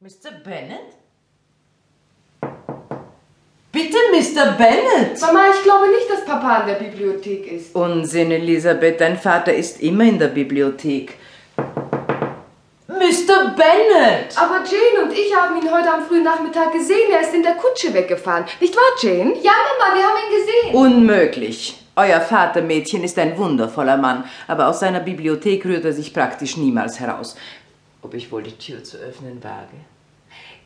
Mr. Bennett? Bitte, Mr. Bennett! Mama, ich glaube nicht, dass Papa in der Bibliothek ist. Unsinn, Elisabeth, dein Vater ist immer in der Bibliothek. Mr. Bennett! Aber Jane und ich haben ihn heute am frühen Nachmittag gesehen. Er ist in der Kutsche weggefahren. Nicht wahr, Jane? Ja, Mama, wir haben ihn gesehen. Unmöglich. Euer Vater, Mädchen, ist ein wundervoller Mann, aber aus seiner Bibliothek rührt er sich praktisch niemals heraus. Ob ich wohl die Tür zu öffnen wage?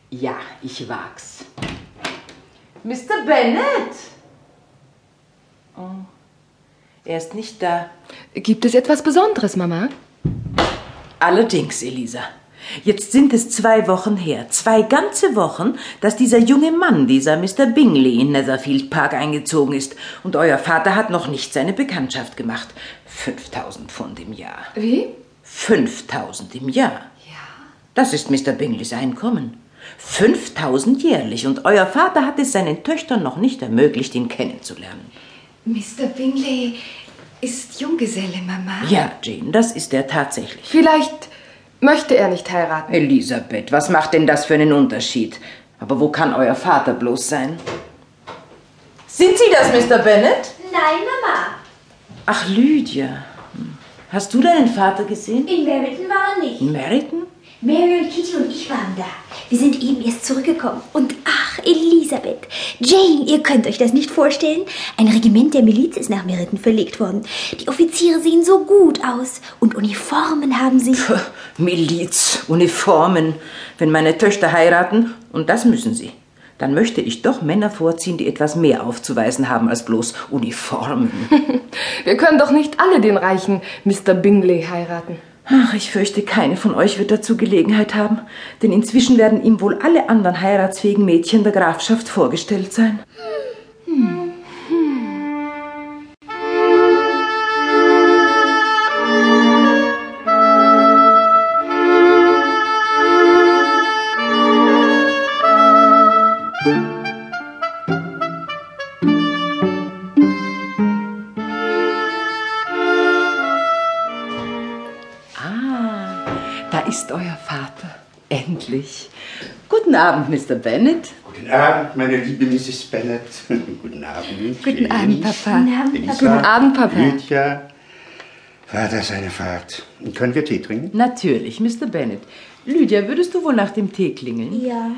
Ja, ich wag's. Mr. Bennett! Oh, er ist nicht da. Gibt es etwas Besonderes, Mama? Allerdings, Elisa. Jetzt sind es zwei Wochen her, zwei ganze Wochen, dass dieser junge Mann, dieser Mr. Bingley, in Netherfield Park eingezogen ist. Und euer Vater hat noch nicht seine Bekanntschaft gemacht. 5000 Pfund im Jahr. Wie? 5000 im Jahr. Ja. Das ist Mr. Bingleys Einkommen. 5000 jährlich. Und euer Vater hat es seinen Töchtern noch nicht ermöglicht, ihn kennenzulernen. Mr. Bingley ist Junggeselle, Mama. Ja, Jane, das ist er tatsächlich. Vielleicht möchte er nicht heiraten. Elisabeth, was macht denn das für einen Unterschied? Aber wo kann euer Vater bloß sein? Sind Sie das, Mr. Bennett? Nein, Mama. Ach, Lydia. Hm. Hast du deinen Vater gesehen? In Meryton war er nicht. In Meriton? Mary und Kitty und ich waren da. Wir sind eben erst zurückgekommen. Und ach, Elisabeth, Jane, ihr könnt euch das nicht vorstellen. Ein Regiment der Miliz ist nach Meriton verlegt worden. Die Offiziere sehen so gut aus. Und Uniformen haben sie. Puh, Miliz, Uniformen. Wenn meine Töchter heiraten, und das müssen sie, dann möchte ich doch Männer vorziehen, die etwas mehr aufzuweisen haben als bloß Uniformen. Wir können doch nicht alle den reichen Mr. Bingley heiraten. Ach, ich fürchte, keine von euch wird dazu Gelegenheit haben, denn inzwischen werden ihm wohl alle anderen heiratsfähigen Mädchen der Grafschaft vorgestellt sein. Ah, da ist euer Vater. Endlich. Guten Abend, Mr. Bennett. Guten Abend, meine liebe Mrs. Bennett. Guten Abend. Guten Abend, Papa. Elisa, Guten Abend, Papa. Lydia. War das eine Fahrt? Können wir Tee trinken? Natürlich, Mr. Bennett. Lydia, würdest du wohl nach dem Tee klingeln? Ja.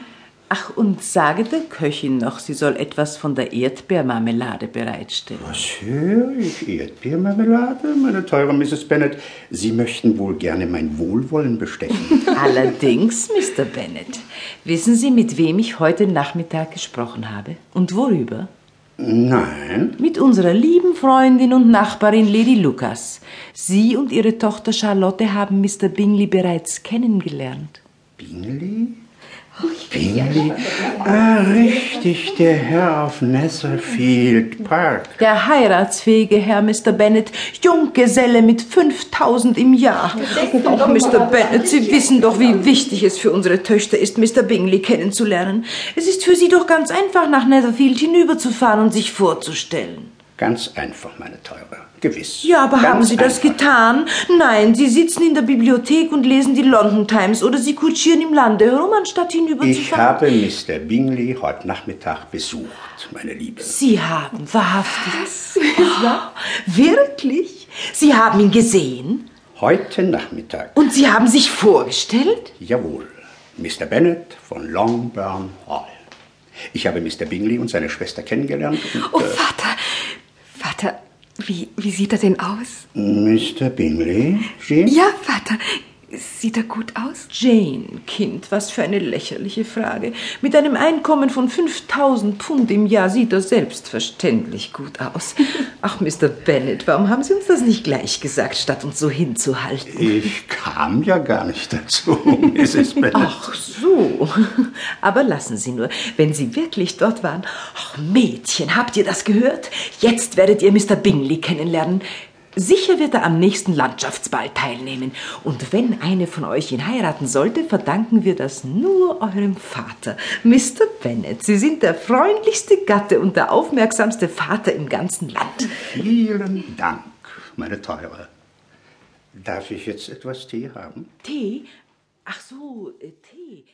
Ach, und sage der Köchin noch, sie soll etwas von der Erdbeermarmelade bereitstellen. Was höre ich? Erdbeermarmelade, meine teure Mrs. Bennett. Sie möchten wohl gerne mein Wohlwollen bestechen. Allerdings, Mr. Bennett, wissen Sie, mit wem ich heute Nachmittag gesprochen habe? Und worüber? Nein. Mit unserer lieben Freundin und Nachbarin Lady Lucas. Sie und ihre Tochter Charlotte haben Mr. Bingley bereits kennengelernt. Bingley? Bingley? Ah, richtig, der Herr auf Netherfield Park. Der heiratsfähige Herr Mr. Bennett, Junggeselle mit 5000 im Jahr. Und auch Mr. Bennett, Sie wissen doch, wie wichtig es für unsere Töchter ist, Mr. Bingley kennenzulernen. Es ist für Sie doch ganz einfach, nach Netherfield hinüberzufahren und sich vorzustellen. Ganz einfach, meine teure. Gewiss. Ja, aber Ganz haben Sie das einfach. getan? Nein, Sie sitzen in der Bibliothek und lesen die London Times oder Sie kutschieren im Lande herum, anstatt Ich hinüberzufahren. habe Mr. Bingley heute Nachmittag besucht, meine Liebe. Sie haben wahrhaftig. Oh, wirklich? Sie haben ihn gesehen? Heute Nachmittag. Und Sie haben sich vorgestellt? Jawohl. Mr. Bennett von Longbourn Hall. Ich habe Mr. Bingley und seine Schwester kennengelernt und... Oh, Vater. Vater, wie, wie sieht er denn aus? äh, Mr. Bingley? Jane? Ja, Vater. Sieht er gut aus? Jane, Kind, was für eine lächerliche Frage. Mit einem Einkommen von 5000 Pfund im Jahr sieht er selbstverständlich gut aus. Ach, Mr. Bennett, warum haben Sie uns das nicht gleich gesagt, statt uns so hinzuhalten? Ich kam ja gar nicht dazu, Mrs. Bennett. Ach so. Aber lassen Sie nur, wenn Sie wirklich dort waren. Ach Mädchen, habt ihr das gehört? Jetzt werdet ihr Mr. Bingley kennenlernen. Sicher wird er am nächsten Landschaftsball teilnehmen. Und wenn eine von euch ihn heiraten sollte, verdanken wir das nur eurem Vater. Mr. Bennett, Sie sind der freundlichste Gatte und der aufmerksamste Vater im ganzen Land. Vielen Dank, meine Teure. Darf ich jetzt etwas Tee haben? Tee? Ach so, äh, Tee.